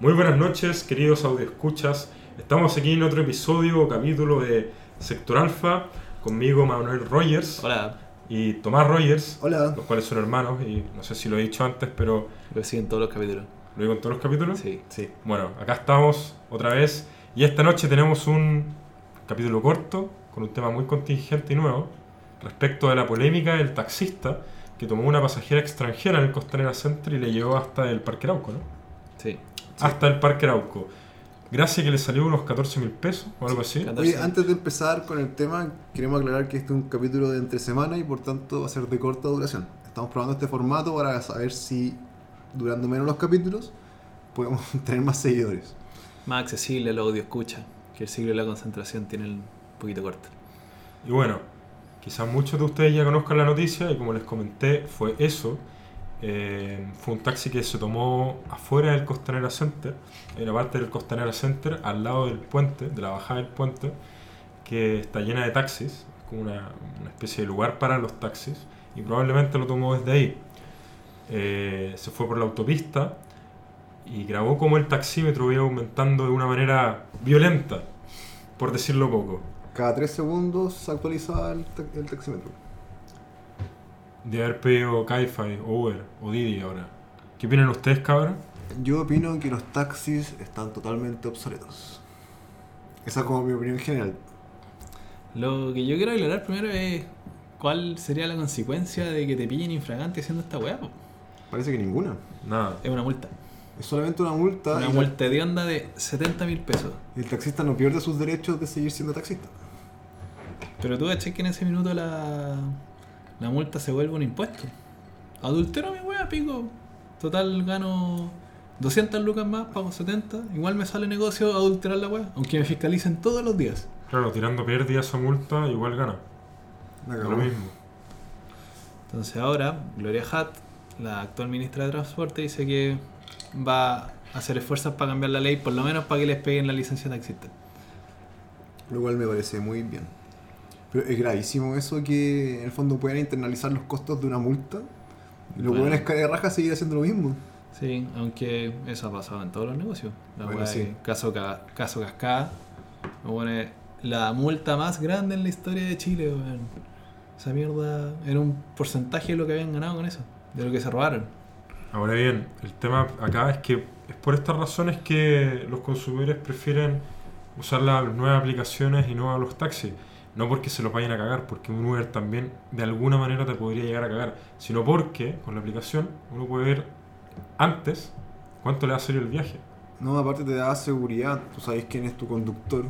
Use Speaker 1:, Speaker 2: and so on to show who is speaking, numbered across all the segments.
Speaker 1: Muy buenas noches, queridos audioescuchas. Estamos aquí en otro episodio o capítulo de Sector Alfa. Conmigo Manuel Rogers
Speaker 2: Hola,
Speaker 1: y Tomás Rogers,
Speaker 3: Hola.
Speaker 1: los cuales son hermanos y no sé si lo he dicho antes, pero
Speaker 2: lo siguen todos los capítulos.
Speaker 1: lo digo en todos los capítulos.
Speaker 2: Sí.
Speaker 3: Sí.
Speaker 1: Bueno, acá estamos otra vez y esta noche tenemos un capítulo corto con un tema muy contingente y nuevo respecto de la polémica del taxista que tomó una pasajera extranjera en el Costanera Center y le llevó hasta el Parque Arauco, ¿no?
Speaker 2: Sí.
Speaker 1: Hasta el Parque Arauco. Gracias que le salió unos 14 mil pesos o algo así.
Speaker 2: Anda,
Speaker 3: Oye,
Speaker 2: sí.
Speaker 3: antes de empezar con el tema, queremos aclarar que este es un capítulo de entre semana y por tanto va a ser de corta duración. Estamos probando este formato para saber si durando menos los capítulos podemos tener más seguidores.
Speaker 2: Más accesible al audio escucha, que el siglo de la concentración tiene un poquito corto.
Speaker 1: Y bueno, quizás muchos de ustedes ya conozcan la noticia y como les comenté, fue eso. Eh, fue un taxi que se tomó afuera del Costanera Center, en la parte del Costanera Center, al lado del puente, de la bajada del puente, que está llena de taxis, como una, una especie de lugar para los taxis, y probablemente lo tomó desde ahí. Eh, se fue por la autopista y grabó como el taxímetro iba aumentando de una manera violenta, por decirlo poco.
Speaker 3: Cada tres segundos se actualiza el, ta- el taxímetro.
Speaker 1: de haber pedido Kai-Fi, Uber o Didi ahora. ¿Qué opinan ustedes, cabrón?
Speaker 3: Yo opino que los taxis están totalmente obsoletos. Esa es como mi opinión general.
Speaker 2: Lo que yo quiero aclarar primero es cuál sería la consecuencia de que te pillen infragante haciendo esta weá. po.
Speaker 3: Parece que ninguna.
Speaker 1: Nada.
Speaker 2: Es una multa.
Speaker 3: Es solamente una multa
Speaker 2: Una
Speaker 3: y la-
Speaker 2: multa de onda de 70 mil pesos.
Speaker 3: y el taxista no pierde sus derechos de seguir siendo taxista.
Speaker 2: Pero tú caché que en ese minuto la, la multa se vuelve un impuesto. Adultero mi weá, pico. Total gano 200 lucas más, pago 70. Igual me sale negocio adulterar la weá. Aunque me fiscalicen todos los días.
Speaker 1: Claro, tirando pérdidas a multa, igual gana.
Speaker 3: La
Speaker 1: Es
Speaker 3: cagó.
Speaker 1: Lo mismo.
Speaker 2: Entonces ahora, Gloria Hatt, la actual ministra de Transporte, dice que va a hacer esfuerzos para cambiar la ley, por lo menos para que les peguen la licencia taxista.
Speaker 3: Lo cual me parece muy bien. Pero es gravísimo eso que en el fondo puedan internalizar los costos de una multa. Y Lo
Speaker 2: Bueno.
Speaker 3: bueno es que de raja seguir haciendo lo mismo.
Speaker 2: Sí, aunque eso ha pasado en todos los negocios. La
Speaker 3: Bueno,
Speaker 2: weá
Speaker 3: sí.
Speaker 2: de caso, ca- caso cascada. Me pone la multa más grande en la historia de Chile, weón. Esa mierda era un porcentaje de lo que habían ganado con eso, de lo que se robaron.
Speaker 1: Ahora bien, el tema acá es que es por estas razones que los consumidores prefieren usar las nuevas aplicaciones y no a los taxis. No porque se los vayan a cagar, porque un Uber también de alguna manera te podría llegar a cagar, sino porque con la aplicación uno puede ver antes cuánto le va a salir el viaje.
Speaker 3: No, aparte te da seguridad. Tú sabes quién es tu conductor.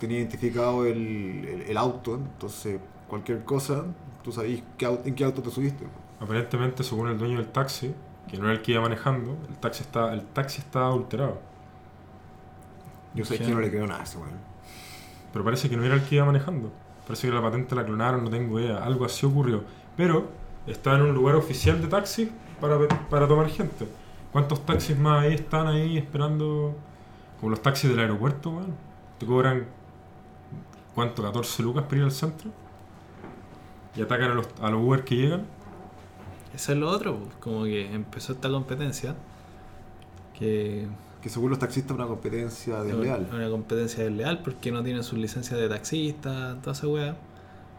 Speaker 3: Tenía identificado el, el- el auto. Entonces, cualquier cosa, tú sabes qué au- en qué auto te subiste.
Speaker 1: Aparentemente, según el dueño del taxi, que no era el que iba manejando, el taxi está, el taxi está adulterado.
Speaker 3: Yo sé
Speaker 2: Ya.
Speaker 3: que no le creo nada a ese weón.
Speaker 1: Pero parece que no era el que iba manejando. Parece que la patente la clonaron, no tengo idea. Algo así ocurrió. Pero estaba en un lugar oficial de taxi para, para tomar gente. ¿Cuántos taxis más ahí están ahí esperando? Como los taxis del aeropuerto, weón. Te cobran, ¿cuánto? ¿14 lucas para ir al centro? Y atacan a los, a los Uber que llegan.
Speaker 2: Eso es lo otro, pues, como que empezó esta competencia que
Speaker 3: Que según los taxistas es una competencia
Speaker 2: Es un-
Speaker 3: desleal.
Speaker 2: Una competencia desleal porque no tienen sus licencias de taxista, toda esa weá.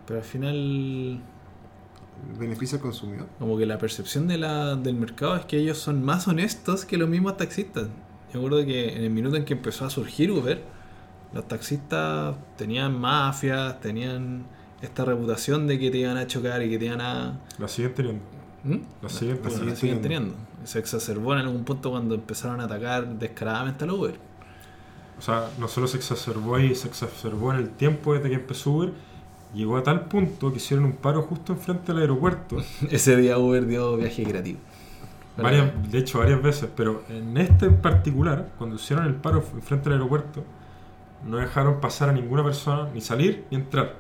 Speaker 2: Pero al final,
Speaker 3: Beneficia al consumidor.
Speaker 2: como que la percepción de la, del mercado es que ellos son más honestos que los mismos taxistas. Yo acuerdo que en el minuto en que empezó a surgir Uber, los taxistas tenían mafias, tenían esta reputación de que te iban a chocar y que te iban a.
Speaker 1: La siguen teniendo.
Speaker 2: ¿Mm?
Speaker 1: La siguen
Speaker 2: Bueno,
Speaker 1: teniendo.
Speaker 2: la siguen teniendo. Se exacerbó en algún punto cuando empezaron a atacar descaradamente al Uber.
Speaker 1: O sea, no solo se exacerbó ahí, se exacerbó en el tiempo desde que empezó Uber. Llegó a tal punto que hicieron un paro justo enfrente del aeropuerto.
Speaker 2: Ese día Uber dio viaje gratis.
Speaker 1: Varias, de hecho, varias veces. Pero en este en particular, cuando hicieron el paro enfrente del aeropuerto, no dejaron pasar a ninguna persona, ni salir, ni entrar.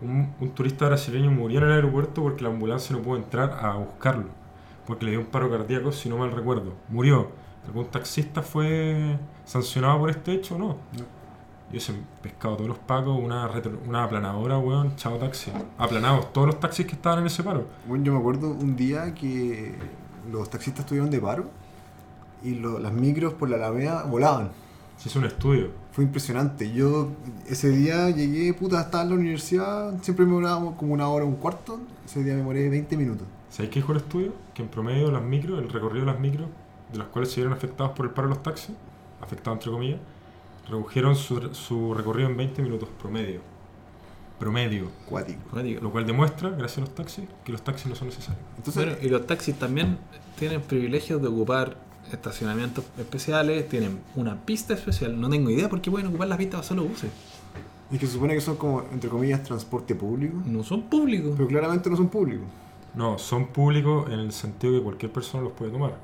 Speaker 1: Un, un turista brasileño murió en el aeropuerto porque la ambulancia no pudo entrar a buscarlo. Porque le dio un paro cardíaco, si no mal recuerdo. Murió. ¿Algún taxista fue sancionado por este hecho o no? Yo se pescado todos los pacos, una, retro- una aplanadora, weón, chao taxi. Aplanados todos los taxis que estaban en ese paro.
Speaker 3: Bueno, yo me acuerdo un día que los taxistas estuvieron de paro y lo- las micros por la Alameda volaban.
Speaker 1: Se hizo un estudio.
Speaker 3: Fue impresionante. Yo ese día llegué, puta, estaba en la universidad, siempre me demoraba como una hora, un cuarto. Ese día me demoré 20 minutos.
Speaker 1: ¿Sabéis qué dijo el estudio? Que en promedio las micros, el recorrido de las micros, de las cuales se vieron afectados por el paro de los taxis, afectados entre comillas, redujeron su, su recorrido en 20 minutos promedio. Promedio.
Speaker 3: Cuático.
Speaker 2: Cuático.
Speaker 1: Lo cual demuestra, gracias a los taxis, que los taxis no son necesarios.
Speaker 3: Entonces,
Speaker 2: Bueno, y los taxis también tienen privilegios de ocupar estacionamientos especiales, tienen una pista especial. No tengo idea por qué pueden ocupar las pistas para solo buses.
Speaker 3: es que se supone que son como, entre comillas, transporte público,
Speaker 2: No son públicos.
Speaker 3: pero claramente no son públicos.
Speaker 1: No, son públicos en el sentido que cualquier persona los puede tomar,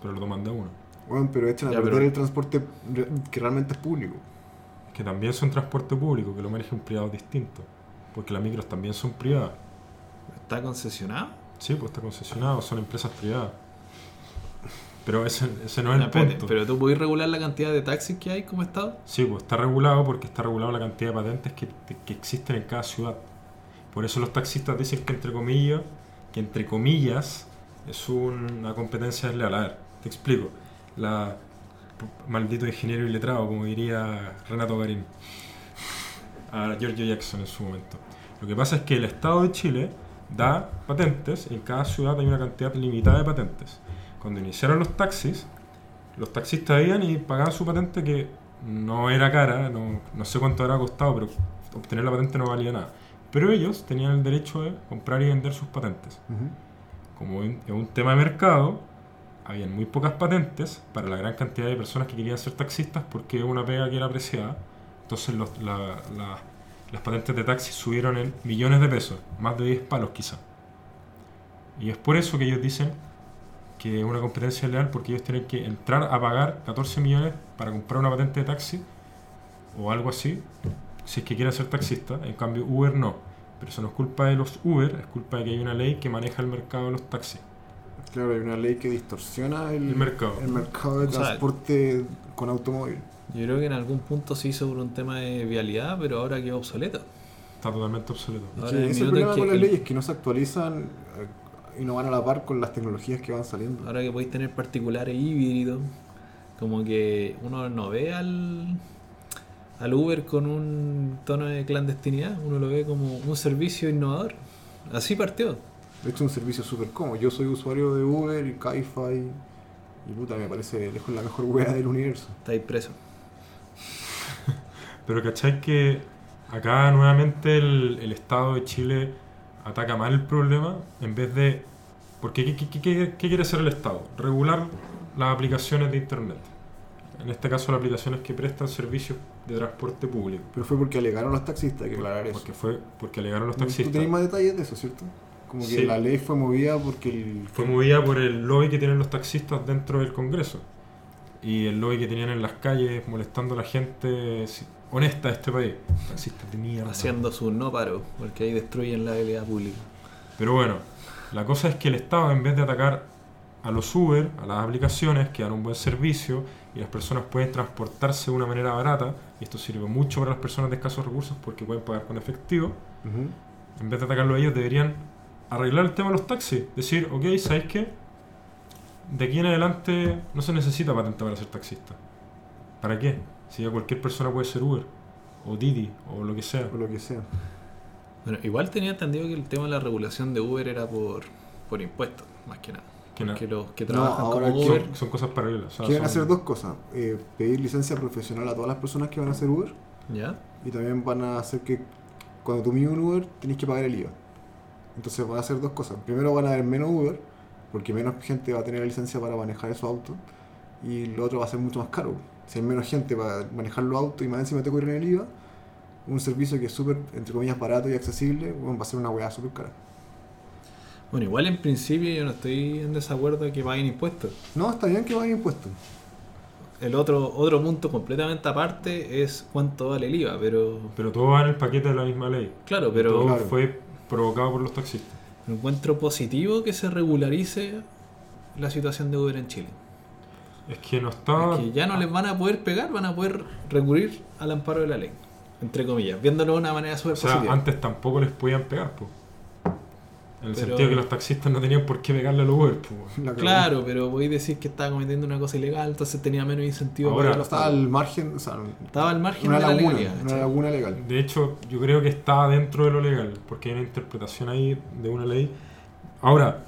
Speaker 1: pero lo toman de uno.
Speaker 3: Bueno, pero echan a
Speaker 2: Ya,
Speaker 3: perder
Speaker 2: pero-
Speaker 3: el transporte re- que realmente es público.
Speaker 1: Que también son transporte público, que lo maneja un privado distinto. Porque las micros también son privadas.
Speaker 2: Está concesionado.
Speaker 1: Sí, pues está concesionado, son empresas privadas. Pero ese, ese no es
Speaker 2: Ya,
Speaker 1: el
Speaker 2: espérate,
Speaker 1: punto.
Speaker 2: pero tú podés regular la cantidad de taxis que hay como estado.
Speaker 1: Sí, pues está regulado porque está regulado la cantidad de patentes que, que existen en cada ciudad. Por eso los taxistas dicen que entre comillas, que entre comillas es una competencia desleal. A ver, te explico. La maldito ingeniero y letrado, como diría Renato Garín. A Giorgio Jackson en su momento. Lo que pasa es que el Estado de Chile da patentes, en cada ciudad hay una cantidad limitada de patentes. Cuando iniciaron los taxis, los taxistas iban y pagaban su patente que no era cara, no, no sé cuánto habrá costado, pero obtener la patente no valía nada. Pero ellos tenían el derecho de comprar y vender sus patentes. Como en- es un tema de mercado, habían muy pocas patentes para la gran cantidad de personas que querían ser taxistas porque es una pega que era apreciada. Entonces los- la- la- las patentes de taxi subieron en millones de pesos, más de 10 palos quizá. Y es por eso que ellos dicen que es una competencia leal porque ellos tienen que entrar a pagar 14 millones para comprar una patente de taxi o algo así, si es que quieren ser taxista. En cambio, Uber no. Pero eso no es culpa de los Uber, es culpa de que hay una ley que maneja el mercado de los taxis.
Speaker 3: Claro, hay una ley que distorsiona el,
Speaker 1: El mercado.
Speaker 3: el mercado de
Speaker 2: O sea,
Speaker 3: transporte con automóvil.
Speaker 2: Yo creo que en algún punto se hizo por un tema de vialidad, pero ahora quedó obsoleta.
Speaker 1: Está totalmente obsoleto.
Speaker 3: Es
Speaker 2: Ahora
Speaker 3: que
Speaker 2: hay
Speaker 3: ese es el
Speaker 2: minutos
Speaker 3: problema
Speaker 2: que
Speaker 3: con las
Speaker 2: el-
Speaker 3: leyes, que no se actualizan eh, y no van a la par con las tecnologías que van saliendo.
Speaker 2: Ahora que podéis tener particulares híbridos, como que uno no ve al, al Uber con un tono de clandestinidad, uno lo ve como un servicio innovador. Así partió.
Speaker 3: De hecho, es un servicio súper cómodo. Yo soy usuario de Uber y Cabify y puta, me parece lejos la mejor wea del universo.
Speaker 2: Estáis preso.
Speaker 1: Pero ¿cachai que acá nuevamente el, el Estado de Chile ataca mal el problema en vez de... Porque ¿qué, qué- qué- qué- qué quiere hacer el Estado? Regular las aplicaciones de Internet. En este caso las aplicaciones que prestan servicios de transporte público.
Speaker 3: Pero fue porque alegaron los taxistas, hay que aclarar eso.
Speaker 1: Porque, fue, porque alegaron los
Speaker 3: Tú
Speaker 1: taxistas.
Speaker 3: tenés más detalles de eso, ¿cierto? Como que
Speaker 1: Sí.
Speaker 3: la ley fue movida porque el...
Speaker 1: Fue movida por el lobby que tienen los taxistas dentro del Congreso. Y el lobby que tenían en las calles molestando a la gente si- honesta de este país. Taxistas de mierda.
Speaker 2: Haciendo su no paro, porque ahí destruyen la habilidad pública.
Speaker 1: Pero bueno, la cosa es que el Estado, en vez de atacar a los Uber, a las aplicaciones que dan un buen servicio y las personas pueden transportarse de una manera barata, y esto sirve mucho para las personas de escasos recursos porque pueden pagar con efectivo,
Speaker 3: Ujú.
Speaker 1: en vez de atacarlo a ellos, deberían arreglar el tema de los taxis. Decir, ok, ¿sabéis qué? De aquí en adelante no se necesita patente para ser taxista. ¿Para qué? Si ya cualquier persona puede ser Uber, o Didi, o lo que sea.
Speaker 3: O lo que sea.
Speaker 2: Bueno, igual tenía entendido que el tema de la regulación de Uber era por, por impuestos, más que nada.
Speaker 1: Que na-
Speaker 2: Que los que
Speaker 3: No,
Speaker 2: trabajan
Speaker 3: ahora
Speaker 2: como
Speaker 3: que-
Speaker 2: Uber
Speaker 1: son, son cosas paralelas. o sea,
Speaker 3: Quieren
Speaker 1: son-
Speaker 3: hacer dos cosas. eh, pedir licencia profesional a todas las personas que van a hacer Uber
Speaker 2: ¿Ya?
Speaker 3: y también van a hacer que cuando tú mides un Uber tenés que pagar el IVA. Entonces van a hacer dos cosas. Primero van a haber menos Uber porque menos gente va a tener la licencia para manejar esos autos y lo otro va a ser mucho más caro. Si hay menos gente para manejar los autos y más encima te cobran el IVA, un servicio que es súper, entre comillas, barato y accesible, bueno, va a ser una weá súper cara.
Speaker 2: Bueno, igual en principio yo no estoy en desacuerdo de que paguen impuestos.
Speaker 3: No, está bien que paguen impuestos.
Speaker 2: El otro, otro punto completamente aparte es cuánto vale el IVA, pero
Speaker 1: Pero todo va en el paquete de la misma ley.
Speaker 2: claro, pero
Speaker 1: todo
Speaker 3: Claro.
Speaker 1: fue provocado por los taxistas.
Speaker 2: encuentro positivo que se regularice la situación de Uber en Chile.
Speaker 1: Es que no
Speaker 3: Ah.
Speaker 1: estaba.
Speaker 2: Es que ya no les van a poder pegar, van a poder recurrir al amparo de la ley, entre comillas, viéndolo de una manera súper
Speaker 1: o sea,
Speaker 2: positiva.
Speaker 1: antes tampoco les podían pegar, po. En el
Speaker 2: Pero-
Speaker 1: sentido que los taxistas no tenían por qué pegarle a los Uber. pues, weón.
Speaker 3: La cagó.
Speaker 2: Claro, pero voy a decir que estaba cometiendo una cosa ilegal, entonces tenía menos incentivo
Speaker 1: Ahora,
Speaker 2: para los
Speaker 3: Estaba al margen, o sea,
Speaker 2: Estaba al margen
Speaker 3: una
Speaker 2: de la
Speaker 3: laguna,
Speaker 2: legalidad.
Speaker 3: una
Speaker 2: ¿cachai?
Speaker 3: laguna legal.
Speaker 1: De hecho, yo creo que está dentro de lo legal, porque hay una interpretación ahí de una ley. Ahora,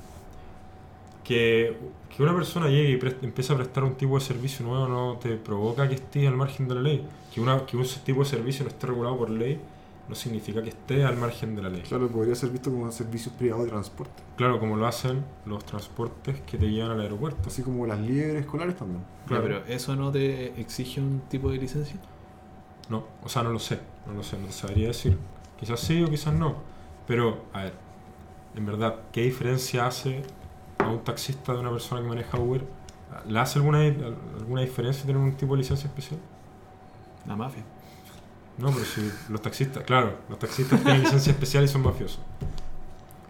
Speaker 1: que, que una persona llegue y preste- empiece a prestar un tipo de servicio nuevo no te provoca que estés al margen de la ley. Que, una, que un tipo de servicio no esté regulado por ley no significa que esté al margen de la ley.
Speaker 3: Claro, podría ser visto como servicios privados de transporte,
Speaker 1: Claro, como lo hacen los transportes que te llevan al aeropuerto.
Speaker 3: así como las liebres escolares también.
Speaker 2: Ya,
Speaker 1: Claro.
Speaker 2: pero eso no te exige un tipo de licencia.
Speaker 1: No, o sea, no lo sé, no lo sé, no te sabría decir. Quizás sí o quizás no. Pero, a ver, en verdad, ¿qué diferencia hace a un taxista de una persona que maneja Uber? ¿Le hace alguna, alguna diferencia tener un tipo de licencia especial?
Speaker 2: La mafia.
Speaker 1: No, pero si los taxistas, claro, los taxistas tienen licencia especial y son mafiosos.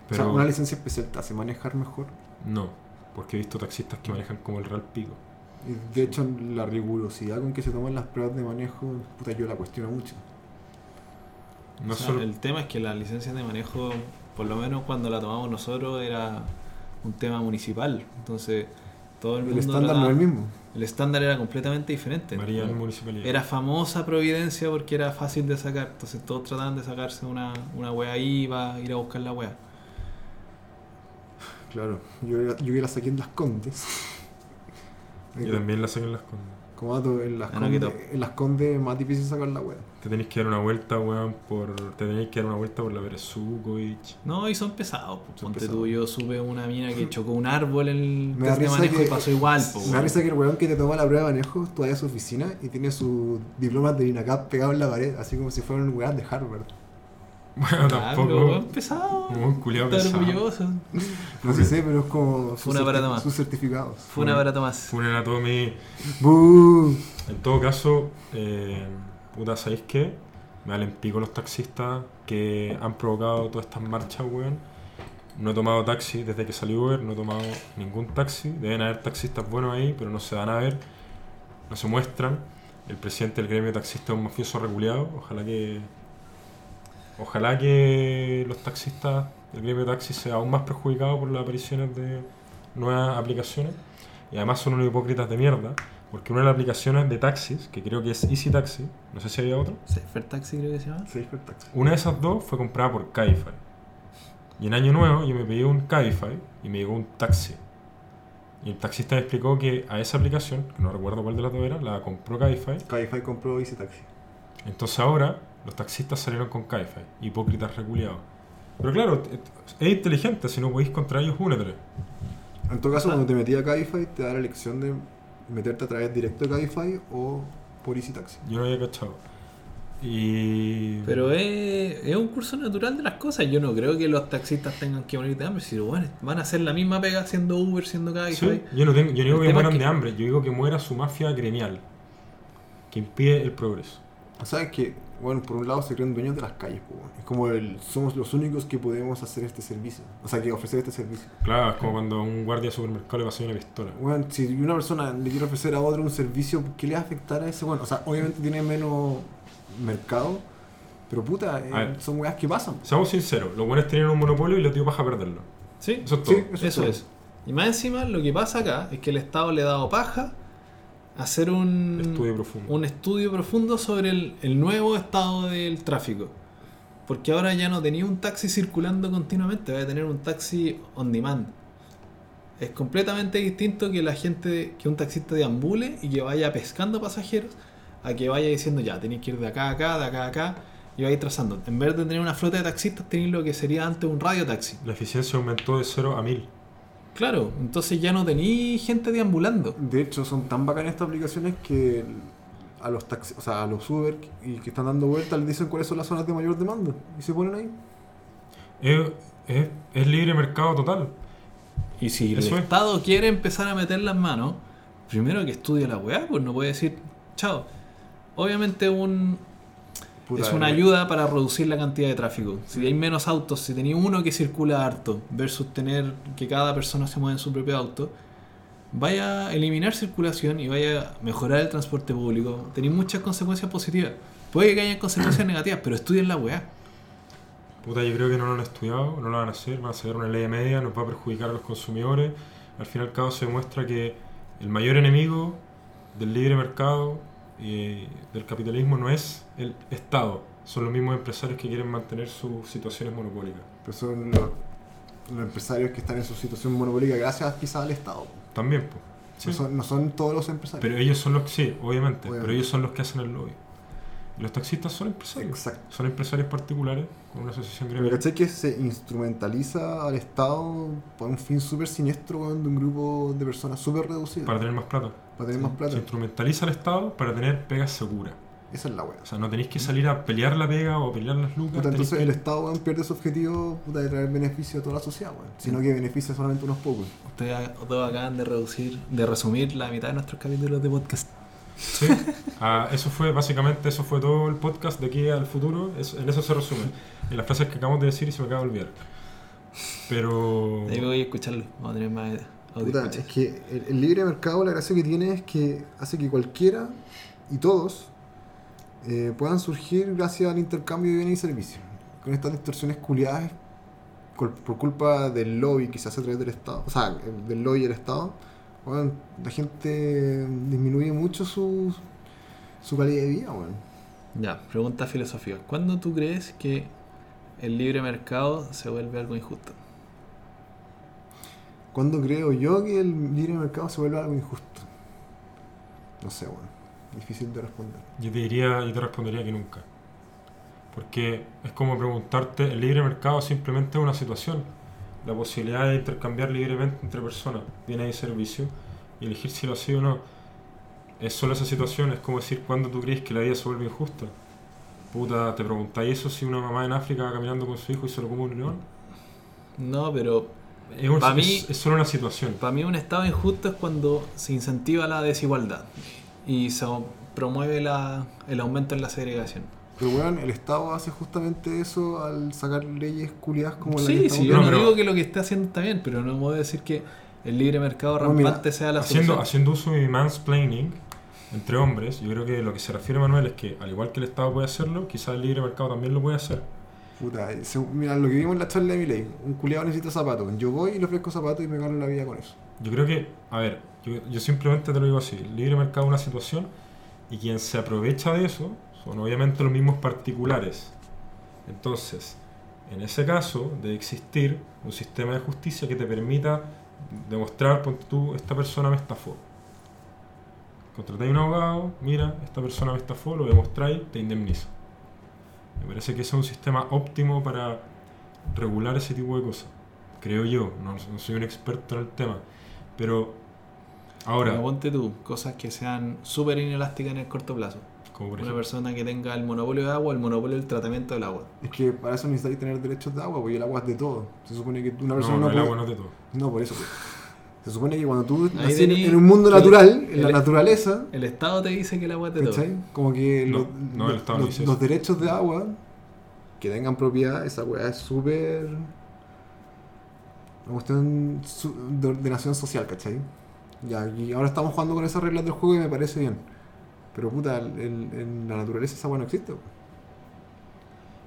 Speaker 1: Pero
Speaker 3: O sea, una licencia especial te hace manejar mejor.
Speaker 1: no, porque he visto taxistas que manejan como el real pico.
Speaker 3: Y de hecho, la rigurosidad con que se toman las pruebas de manejo, puta, yo la cuestiono mucho.
Speaker 1: No
Speaker 2: O sea,
Speaker 1: solo...
Speaker 2: El tema es que las licencias de manejo, por lo menos cuando la tomamos nosotros, era un tema municipal. Entonces, todo el
Speaker 3: El
Speaker 2: mundo.
Speaker 3: estándar
Speaker 2: trataba-
Speaker 3: no es el mismo.
Speaker 2: el estándar era completamente diferente.
Speaker 1: María en municipalidad.
Speaker 2: Era famosa Providencia porque era fácil de sacar. Entonces, todos trataban de sacarse una, una wea ahí para ir a buscar la wea.
Speaker 3: Claro, yo, era- yo la saqué en las condes.
Speaker 1: Y también la sacan las condas.
Speaker 3: Como dato, en las,
Speaker 2: Ah, no, que
Speaker 3: condes, en las condes es más difícil sacar la wea.
Speaker 1: Te tenéis que dar una vuelta, weón, por. Te tenéis que dar una vuelta por la Berezukovich.
Speaker 2: No, y son pesados. po.
Speaker 3: Son
Speaker 2: Ponte
Speaker 3: pesados.
Speaker 2: tú, yo supe una mina que chocó un árbol en el
Speaker 3: Me da
Speaker 2: test de
Speaker 3: risa
Speaker 2: manejo
Speaker 3: que-
Speaker 2: y pasó igual. po,
Speaker 3: Me da
Speaker 2: weón.
Speaker 3: risa que el weón que te toma la prueba de manejo todavía a su oficina y tiene sus diplomas de INACAP pegados en la pared, así como si fueran weón de Harvard.
Speaker 1: Bueno,
Speaker 2: Ah,
Speaker 1: tampoco.
Speaker 2: pero weón, pesado.
Speaker 1: como un culiao
Speaker 2: Está
Speaker 1: pesado.
Speaker 2: orgulloso.
Speaker 3: No sé, sé, pero es como sus,
Speaker 2: Una
Speaker 3: certi-
Speaker 2: parada más.
Speaker 3: sus certificados.
Speaker 2: Fue una barata más.
Speaker 1: Funen a todo mi-
Speaker 3: ¡Bú!
Speaker 1: En todo caso, eh, puta, ¿sabéis qué? Me valen pico los taxistas que han provocado todas estas marchas, weón. No he tomado taxi desde que salí Uber, no he tomado ningún taxi. Deben haber taxistas buenos ahí, pero no se dan a ver, no se muestran. El presidente del gremio taxista es un mafioso reculeado. Ojalá que. Ojalá que los taxistas del gremio taxi sea aún más perjudicado por las apariciones de nuevas aplicaciones. Y además son unos hipócritas de mierda. Porque una de las aplicaciones de taxis, que creo que es Easy Taxi, no sé si había otra,
Speaker 2: Sefer Taxi creo que se llama.
Speaker 3: Seis per taxi.
Speaker 1: una de esas dos fue comprada por Cabify. Y en Año Nuevo yo me pedí un Cabify y me llegó un taxi. Y el taxista me explicó que a esa aplicación, que no recuerdo cuál de las dos era, la compró Cabify.
Speaker 3: Cabify compró Easy Taxi.
Speaker 1: Entonces ahora los taxistas salieron con Cabify, hipócritas reculeados. Pero claro, t- es inteligente, si no podéis contra ellos, únete.
Speaker 3: En todo caso, cuando te metí a Cabify, te da la elección de meterte a través directo de Cabify o por Easy Taxi.
Speaker 1: Yo no había cachado. Y...
Speaker 2: Pero es, es un curso natural de las cosas. Yo no creo que los taxistas tengan que morir de hambre. Si bueno, van a hacer la misma pega siendo Uber, siendo Cabify.
Speaker 1: Sí, yo no, tengo- yo no digo
Speaker 2: El
Speaker 1: que
Speaker 2: tema
Speaker 1: mueran
Speaker 2: es que-
Speaker 1: de hambre, yo digo que muera su mafia gremial, que impide el progreso.
Speaker 3: ¿Sabes que Bueno, por un lado se creen dueños de las calles, po, weón. es como el somos los únicos que podemos hacer este servicio, o sea, que ofrecer este servicio.
Speaker 1: Claro, es como cuando a un guardia de supermercado le pasó una pistola.
Speaker 3: Bueno, si una persona le quiere ofrecer a otra un servicio, ¿qué le va a afectar a ese? Bueno, o sea, obviamente tiene menos mercado, pero puta, eh,
Speaker 1: A ver.
Speaker 3: son weas que pasan.
Speaker 1: Seamos sinceros, los buenos tenían un monopolio y les dio paja perderlo.
Speaker 2: Sí,
Speaker 1: Eso es todo.
Speaker 3: Sí, eso,
Speaker 2: Eso es. Y más encima, lo que pasa acá es que el Estado le ha dado paja hacer un
Speaker 1: Estudio profundo.
Speaker 2: un estudio profundo sobre el, el nuevo estado del tráfico. Porque ahora ya no tenía un taxi circulando continuamente, va a tener un taxi on demand. Es completamente distinto que la gente, que un taxista deambule y que vaya pescando pasajeros, a que vaya diciendo ya, tenéis que ir de acá a acá, de acá a acá, y vais trazando. En vez de tener una flota de taxistas, tenéis lo que sería antes un radio taxi.
Speaker 1: La eficiencia aumentó de 0 a 1000.
Speaker 2: Claro, entonces ya no tenéis gente deambulando.
Speaker 3: De hecho, son tan bacanas estas aplicaciones que a los taxi, o sea, a los Uber y que están dando vueltas les dicen cuáles son las zonas de mayor demanda y se ponen ahí.
Speaker 1: Es, es- es libre mercado total.
Speaker 2: Y si el
Speaker 1: Eso es.
Speaker 2: Estado quiere empezar a meter las manos, primero que estudie la weá, pues no puede decir, chao. Obviamente un,
Speaker 3: Puta,
Speaker 2: es una
Speaker 3: eh,
Speaker 2: ayuda para reducir la cantidad de tráfico. Si hay menos autos, si tenía uno que circula harto, versus tener que cada persona se mueva en su propio auto, vaya a eliminar circulación y vaya a mejorar el transporte público. Tenéis muchas consecuencias positivas. Puede que haya consecuencias negativas, pero estudien la weá.
Speaker 1: Puta, yo creo que no lo han estudiado, no lo van a hacer, van a sacar una ley de media, nos va a perjudicar a los consumidores. Al fin y al cabo se demuestra que el mayor enemigo del libre mercado y del capitalismo no es el Estado, son los mismos empresarios que quieren mantener sus situaciones monopólicas.
Speaker 3: Pero son los, los empresarios que están en su situación monopólica gracias quizás al Estado.
Speaker 1: También, pues. Sí.
Speaker 3: No, son, no son todos los empresarios.
Speaker 1: Pero ellos son los que, sí, obviamente, pero
Speaker 3: Obviamente.
Speaker 1: ellos son los que hacen el lobby. Y Los taxistas son empresarios.
Speaker 3: Exacto.
Speaker 1: Son empresarios particulares con una asociación
Speaker 3: Pero
Speaker 1: gremial.
Speaker 3: caché que se instrumentaliza al Estado para un fin súper siniestro weón, de un grupo de personas súper reducido.
Speaker 1: Para
Speaker 3: Para,
Speaker 1: tener más plata.
Speaker 3: tener más plata.
Speaker 1: Se instrumentaliza el Estado para tener pega segura.
Speaker 3: Esa es la wea.
Speaker 1: O sea, no tenéis que salir a pelear la pega o a pelear las lucas.
Speaker 3: Puta,
Speaker 1: tenéis
Speaker 3: entonces
Speaker 1: que-
Speaker 3: el Estado weón, pierde su objetivo puta, de traer beneficio a toda la sociedad, weón, sino que beneficia solamente a unos pocos.
Speaker 2: Ustedes a- todos acaban de reducir, de resumir la mitad de nuestros capítulos de podcast.
Speaker 1: Sí. Ah, eso fue, básicamente, eso fue todo el podcast de aquí al futuro. Eso- en eso se resume. En las frases que acabamos de decir y se me acaba de olvidar. Pero.
Speaker 2: Ahí voy a escucharlo, vamos a tener más audio
Speaker 3: Oh. Puta,
Speaker 2: escucha.
Speaker 3: es que el, el libre mercado, la gracia que tiene es que hace que cualquiera y todos eh, puedan surgir gracias al intercambio de bienes y servicios. Con estas distorsiones culiadas col- por culpa del lobby que se hace a través del Estado, o sea, el- del lobby del Estado, weón, la gente disminuye mucho su, su calidad de vida. weón.
Speaker 2: Ya, pregunta filosófica. ¿Cuándo tú crees que el libre mercado se vuelve algo injusto?
Speaker 3: ¿Cuándo creo yo que el libre mercado se vuelve algo injusto? No sé, weón. Difícil de responder.
Speaker 1: Yo te diría, yo te respondería que nunca. Porque es como preguntarte, el libre mercado simplemente es una situación. La posibilidad de intercambiar libremente entre personas, bienes y servicios, y elegir si lo ha sido o no. Es solo esa situación, es como decir, ¿cuándo tú crees que la vida se vuelve injusta? Puta, te preguntáis eso si una mamá en África va caminando con su hijo y se lo come un león.
Speaker 2: No, pero
Speaker 1: Es, un-
Speaker 2: Pa'
Speaker 1: es-
Speaker 2: mí-
Speaker 1: es solo una situación.
Speaker 2: para mí un estado injusto es cuando se incentiva la desigualdad y se promueve la- el aumento en la segregación.
Speaker 3: Pero weón, el Estado hace justamente eso al sacar leyes culiadas como la que
Speaker 2: Sí, sí,
Speaker 3: estamos
Speaker 2: yo
Speaker 1: No,
Speaker 2: no,
Speaker 1: pero-
Speaker 2: digo que lo que está haciendo está bien, pero no puedo decir que el libre mercado
Speaker 3: No, mira,
Speaker 2: rampante sea la solución.
Speaker 1: Haciendo, haciendo uso de mansplaining entre hombres, yo creo que lo que se refiere Manuel es que, al igual que el Estado puede hacerlo, quizás el libre mercado también lo puede hacer.
Speaker 3: Puta, ese- mira, lo que vimos en la charla de mi ley, un culiado necesita zapatos. Yo voy y le ofrezco zapatos y me gano la vida con eso.
Speaker 1: Yo creo que, a ver, yo, yo simplemente te lo digo así, el libre mercado es una situación y quien se aprovecha de eso son obviamente los mismos particulares. Entonces, en ese caso, debe existir un sistema de justicia que te permita demostrar, ponte tú, esta persona me estafó. Contratáis un abogado, mira, esta persona me estafó, lo demostráis, te indemnizo. Me parece que ese es un sistema óptimo para regular ese tipo de cosas. Creo yo, no, no soy un experto en el tema. Pero ahora,
Speaker 2: Pero ponte tú, cosas que sean súper inelásticas en el corto plazo.
Speaker 1: como por
Speaker 2: Una
Speaker 1: ejemplo,
Speaker 2: persona que tenga el monopolio de agua, el monopolio del tratamiento del agua.
Speaker 3: Es que para eso necesitáis tener derechos de agua, porque el agua es de todo. Se supone que tú- una
Speaker 1: no,
Speaker 3: persona
Speaker 1: no,
Speaker 3: no,
Speaker 1: el
Speaker 3: puede-
Speaker 1: agua no te toca.
Speaker 3: No, por eso. pues. Se supone que cuando tú
Speaker 2: Ahí
Speaker 3: nací en-
Speaker 2: tení-
Speaker 3: en un mundo
Speaker 2: el-
Speaker 3: natural, en la
Speaker 2: el-
Speaker 3: naturaleza,
Speaker 2: El Estado te dice que el agua es de todo.
Speaker 3: ¿cachai? Como que
Speaker 1: No,
Speaker 3: los-
Speaker 1: no, el Estado no
Speaker 3: los-
Speaker 1: dice
Speaker 3: los
Speaker 1: eso.
Speaker 3: derechos de agua que tengan propiedad, esa weá es súper. Una cuestión su- de ordenación social, ¿cachai? Ya, y ahora estamos jugando con esas reglas del juego y me parece bien. Pero puta, el- el- en la naturaleza esa agua no existe. weón.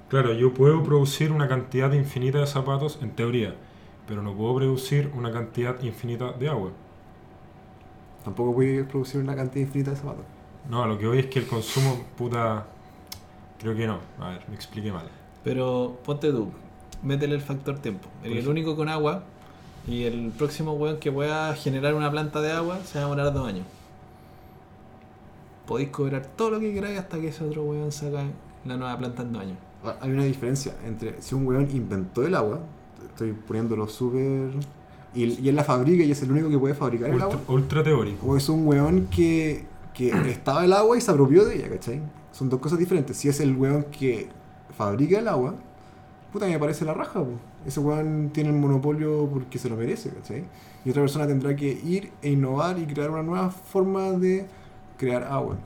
Speaker 1: Claro, yo puedo producir una cantidad infinita de zapatos en teoría, pero no puedo producir una cantidad infinita de agua.
Speaker 3: Tampoco puedes producir una cantidad infinita de zapatos.
Speaker 1: No, a lo que hoy es que el consumo, puta. Creo que no. A ver, me expliqué mal.
Speaker 2: Pero ponte tú, métele el factor tiempo.
Speaker 1: Pues
Speaker 2: El, el único con agua y el próximo weón que pueda generar una planta de agua se va a demorar dos años. Podéis cobrar todo lo que queráis hasta que ese otro weón saca la nueva planta en dos años.
Speaker 3: Ah, Hay una diferencia entre si un weón inventó el agua, estoy poniéndolo súper. Y, y él la fabrica y es el único que puede fabricar el
Speaker 1: Ultra,
Speaker 3: agua.
Speaker 1: ultra teórico.
Speaker 3: O es un weón que, que estaba el agua y se apropió de ella, ¿cachai? Son dos cosas diferentes. Si es el weón que fabrica el agua, puta, me parece la raja, po. Ese weón tiene el monopolio porque se lo merece, ¿cachai? Y otra persona tendrá que ir e innovar y crear una nueva forma de crear agua.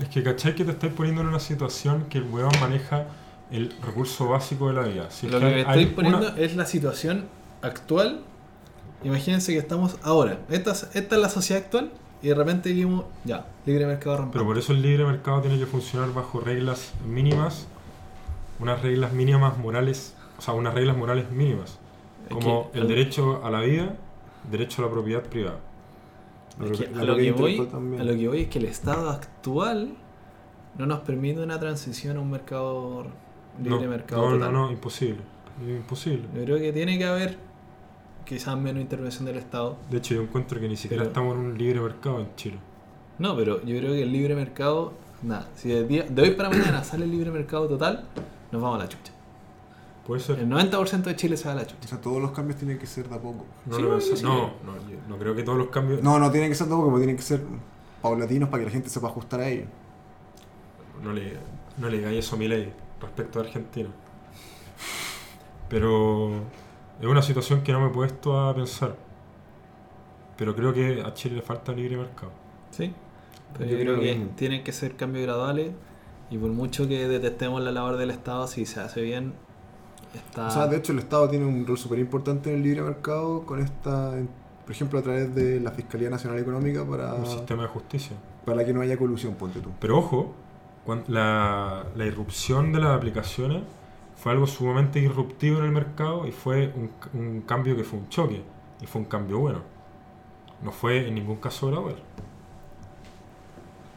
Speaker 1: Es que cachai que te estáis poniendo en una situación que el weón maneja el recurso básico de la vida. Si es
Speaker 2: lo que me
Speaker 1: hay
Speaker 2: estoy poniendo
Speaker 1: una-
Speaker 2: es la situación actual. Imagínense que estamos ahora. Esta es, esta es la sociedad actual y de repente vivimos ya, libre mercado rampante.
Speaker 1: Pero por eso el libre mercado tiene que funcionar bajo reglas mínimas, unas reglas mínimas morales o sea, unas reglas morales mínimas,
Speaker 2: Es
Speaker 1: como
Speaker 2: que-
Speaker 1: el derecho a la vida, derecho a la propiedad privada.
Speaker 3: Lo
Speaker 2: Es
Speaker 3: que-
Speaker 2: que
Speaker 3: lo
Speaker 2: a, lo
Speaker 3: que
Speaker 2: que
Speaker 3: interpretó
Speaker 2: voy,
Speaker 3: también.
Speaker 2: a lo que voy es que el estado actual no nos permite una transición a un mercado
Speaker 1: No,
Speaker 2: libre mercado
Speaker 1: no, no,
Speaker 2: total.
Speaker 1: no, imposible. Imposible.
Speaker 2: Yo creo que tiene que haber quizás menos intervención del Estado.
Speaker 1: De hecho, yo encuentro que ni siquiera
Speaker 2: Pero-
Speaker 1: estamos en un libre mercado en Chile.
Speaker 2: No, pero yo creo que el libre mercado, nada, si de, día- de hoy para mañana sale el libre mercado total, nos vamos a la chucha.
Speaker 1: Puede ser.
Speaker 2: El 90% de Chile se va a la chucha.
Speaker 3: O sea, todos los cambios tienen que ser de a poco.
Speaker 1: No,
Speaker 2: Sí,
Speaker 1: lo
Speaker 2: bueno,
Speaker 1: pensé-
Speaker 2: sí.
Speaker 1: no, no, yo no creo que todos los cambios. No,
Speaker 3: No, no tienen que ser de a poco, pero tienen que ser paulatinos para que la gente sepa ajustar a ellos.
Speaker 1: le, no le digáis eso a mi ley respecto a Argentina. Pero es una situación que no me he puesto a pensar. Pero creo que a Chile le falta libre mercado.
Speaker 2: Sí, pero Pues
Speaker 3: Yo
Speaker 2: yo,
Speaker 3: creo
Speaker 2: creo
Speaker 3: lo
Speaker 2: que
Speaker 3: mismo.
Speaker 2: tienen que ser cambios graduales y por mucho que detestemos la labor del Estado, si se hace bien, está...
Speaker 1: Ah.
Speaker 3: O sea, de hecho el Estado tiene un rol súper importante en el libre mercado con esta, en- por ejemplo, a través de la Fiscalía Nacional Económica para,
Speaker 1: Un sistema de justicia.
Speaker 3: para que no haya colusión, ponte tú.
Speaker 1: Pero ojo, cuan- la, la irrupción de las aplicaciones fue algo sumamente disruptivo en el mercado y fue un, c- un cambio que fue un choque. Y fue un cambio bueno. No fue en ningún caso gradual.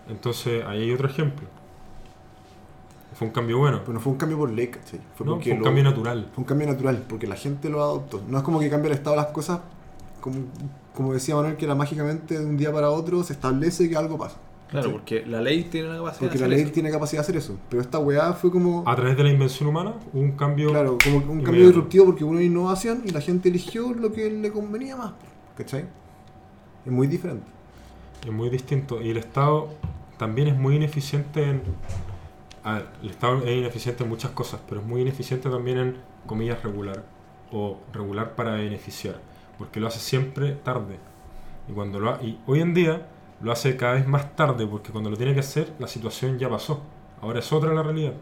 Speaker 1: Entonces, ahí hay otro ejemplo. Fue un cambio bueno.
Speaker 3: Pero no fue un cambio por ley, ¿cachai? Fue,
Speaker 1: No,
Speaker 3: porque
Speaker 1: fue un
Speaker 3: lo-
Speaker 1: cambio natural.
Speaker 3: fue un cambio natural, porque la gente lo adoptó. No es como que cambia el Estado las cosas, como, como decía Manuel, que la mágicamente de un día para otro se establece que algo pasa.
Speaker 2: Claro,
Speaker 3: Sí.
Speaker 2: porque la ley tiene una capacidad
Speaker 3: Porque
Speaker 2: de
Speaker 3: la
Speaker 2: hacer
Speaker 3: ley
Speaker 2: eso.
Speaker 3: tiene capacidad de hacer eso. Pero esta weá fue como...
Speaker 1: A través de la invención humana hubo un cambio.
Speaker 3: Claro, como un cambio
Speaker 1: Inmediato.
Speaker 3: disruptivo porque hubo una innovación y la gente eligió lo que le convenía más. ¿Cachai? Es muy diferente.
Speaker 1: Es muy distinto. Y el Estado también es muy ineficiente en. A ver, el Estado es ineficiente en muchas cosas, pero es muy ineficiente también en, comillas, regular. O regular para beneficiar. Porque lo hace siempre tarde. Y, cuando lo ha- y hoy en día lo hace cada vez más tarde, porque cuando lo tiene que hacer, la situación ya pasó. Ahora es otra la realidad.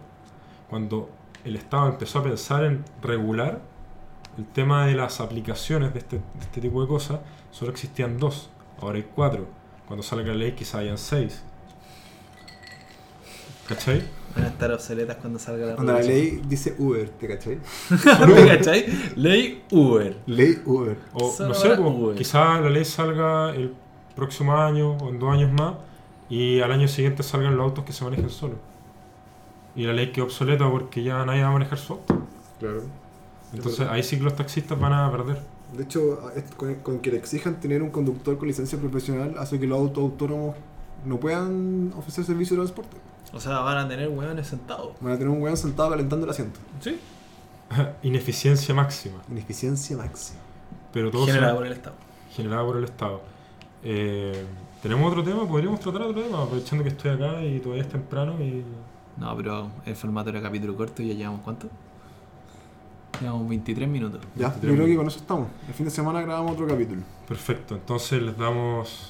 Speaker 1: Cuando el Estado empezó a pensar en regular el tema de las aplicaciones de este, de este tipo de cosas, solo existían dos, ahora hay cuatro. Cuando salga la ley quizá hayan seis. ¿Cachai?
Speaker 2: Van a estar obsoletas cuando salga la
Speaker 3: Cuando la
Speaker 2: regulación.
Speaker 3: ley dice Uber, ¿te cachai?
Speaker 2: ¿Te cachai? Ley Uber.
Speaker 3: Ley Uber.
Speaker 1: O
Speaker 2: Solo
Speaker 1: no sé,
Speaker 2: ahora
Speaker 1: po,
Speaker 2: Uber.
Speaker 1: quizá la ley salga el próximo año o en dos años más y al año siguiente salgan los autos que se manejen solos. Y la ley queda obsoleta porque ya nadie va a manejar su auto.
Speaker 3: Claro.
Speaker 1: Entonces ahí sí que los taxistas van a perder.
Speaker 3: De hecho, es- con, con que le exijan tener un conductor con licencia profesional hace que los autos autónomos no puedan ofrecer servicio de transporte.
Speaker 2: O sea, van a tener hueones sentados.
Speaker 3: Van a tener un weón sentado calentando el asiento.
Speaker 2: Sí.
Speaker 1: Ineficiencia máxima.
Speaker 3: Ineficiencia máxima.
Speaker 1: Pero todo se-
Speaker 2: Generada por el Estado.
Speaker 1: generada por el Estado. Eh, ¿Tenemos otro tema? ¿Podríamos tratar otro tema? Aprovechando que estoy acá y todavía es temprano y...
Speaker 2: No, pero el formato era capítulo corto y ya llevamos cuánto? Llevamos 23 minutos.
Speaker 3: Ya, yo creo que con eso estamos. El fin de semana grabamos otro capítulo.
Speaker 1: Perfecto, entonces les damos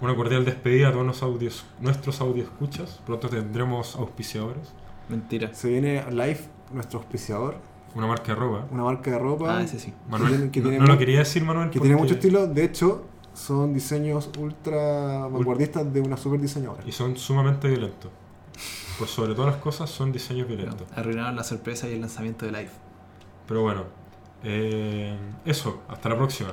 Speaker 1: una cordial despedida a todos los audios, nuestros audio escuchas. Pronto tendremos auspiciadores,
Speaker 2: Mentira.
Speaker 3: Se viene live nuestro auspiciador,
Speaker 1: una marca de ropa.
Speaker 3: una marca de ropa.
Speaker 2: Ah, ese sí.
Speaker 1: Manuel,
Speaker 3: tiene- que
Speaker 1: no-
Speaker 3: tiene
Speaker 1: no,
Speaker 3: mu-
Speaker 1: lo quería decir Manuel.
Speaker 3: Que tiene
Speaker 1: porque-
Speaker 3: mucho estilo, de hecho, son diseños ultra vanguardistas de una super diseñadora.
Speaker 1: Y son sumamente violentos. Por sobre todas las cosas son diseños
Speaker 2: Pero
Speaker 1: violentos.
Speaker 2: Arruinaron la sorpresa y el lanzamiento de Live.
Speaker 1: Pero bueno, eh, eso, hasta la próxima.